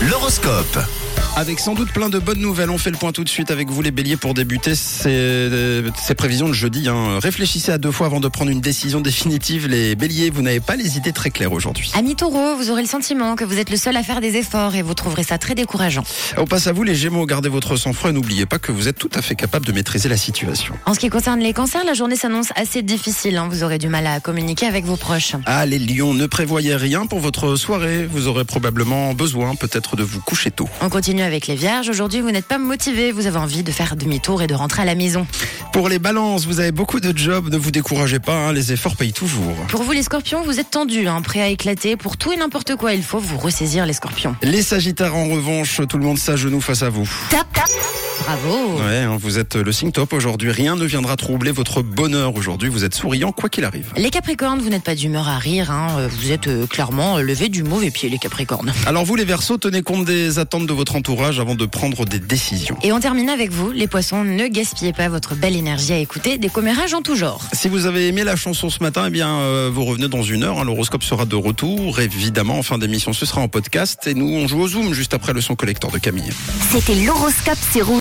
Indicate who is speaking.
Speaker 1: L'horoscope.
Speaker 2: Avec sans doute plein de bonnes nouvelles, on fait le point tout de suite avec vous les béliers pour débuter ces, euh, ces prévisions de jeudi. hein. Réfléchissez à deux fois avant de prendre une décision définitive. Les béliers, vous n'avez pas les idées très claires aujourd'hui.
Speaker 3: Amis taureaux, vous aurez le sentiment que vous êtes le seul à faire des efforts et vous trouverez ça très décourageant.
Speaker 2: On passe à vous les gémeaux, gardez votre sang-froid et n'oubliez pas que vous êtes tout à fait capable de maîtriser la situation.
Speaker 3: En ce qui concerne les cancers, la journée s'annonce assez difficile. hein. Vous aurez du mal à communiquer avec vos proches.
Speaker 2: Ah les lions, ne prévoyez rien pour votre soirée. Vous aurez probablement besoin peut-être de vous coucher tôt.
Speaker 3: On continue avec les vierges. Aujourd'hui, vous n'êtes pas motivé. Vous avez envie de faire demi-tour et de rentrer à la maison.
Speaker 2: Pour les balances, vous avez beaucoup de jobs, ne vous découragez pas, hein, les efforts payent toujours.
Speaker 3: Pour vous, les scorpions, vous êtes tendus, hein, prêts à éclater. Pour tout et n'importe quoi, il faut vous ressaisir, les scorpions.
Speaker 2: Les sagittaires en revanche, tout le monde s'agenouille face à vous.
Speaker 3: Tap, tap. Bravo.
Speaker 2: Ouais, hein, vous êtes le signe top aujourd'hui. Rien ne viendra troubler votre bonheur aujourd'hui. Vous êtes souriant quoi qu'il arrive.
Speaker 3: Les capricornes, vous n'êtes pas d'humeur à rire. hein. Euh, Vous êtes euh, clairement euh, levé du mauvais pied, les capricornes.
Speaker 2: Alors vous les Verseaux, tenez compte des attentes de votre entourage avant de prendre des décisions.
Speaker 3: Et on termine avec vous, les poissons, ne gaspillez pas votre belle énergie à écouter des commérages en tout genre.
Speaker 2: Si vous avez aimé la chanson ce matin, eh bien euh, vous revenez dans une heure. hein, L'horoscope sera de retour. Évidemment, en fin d'émission, ce sera en podcast. Et nous, on joue au Zoom juste après le son collecteur de Camille.
Speaker 4: C'était l'horoscope sur Rouge.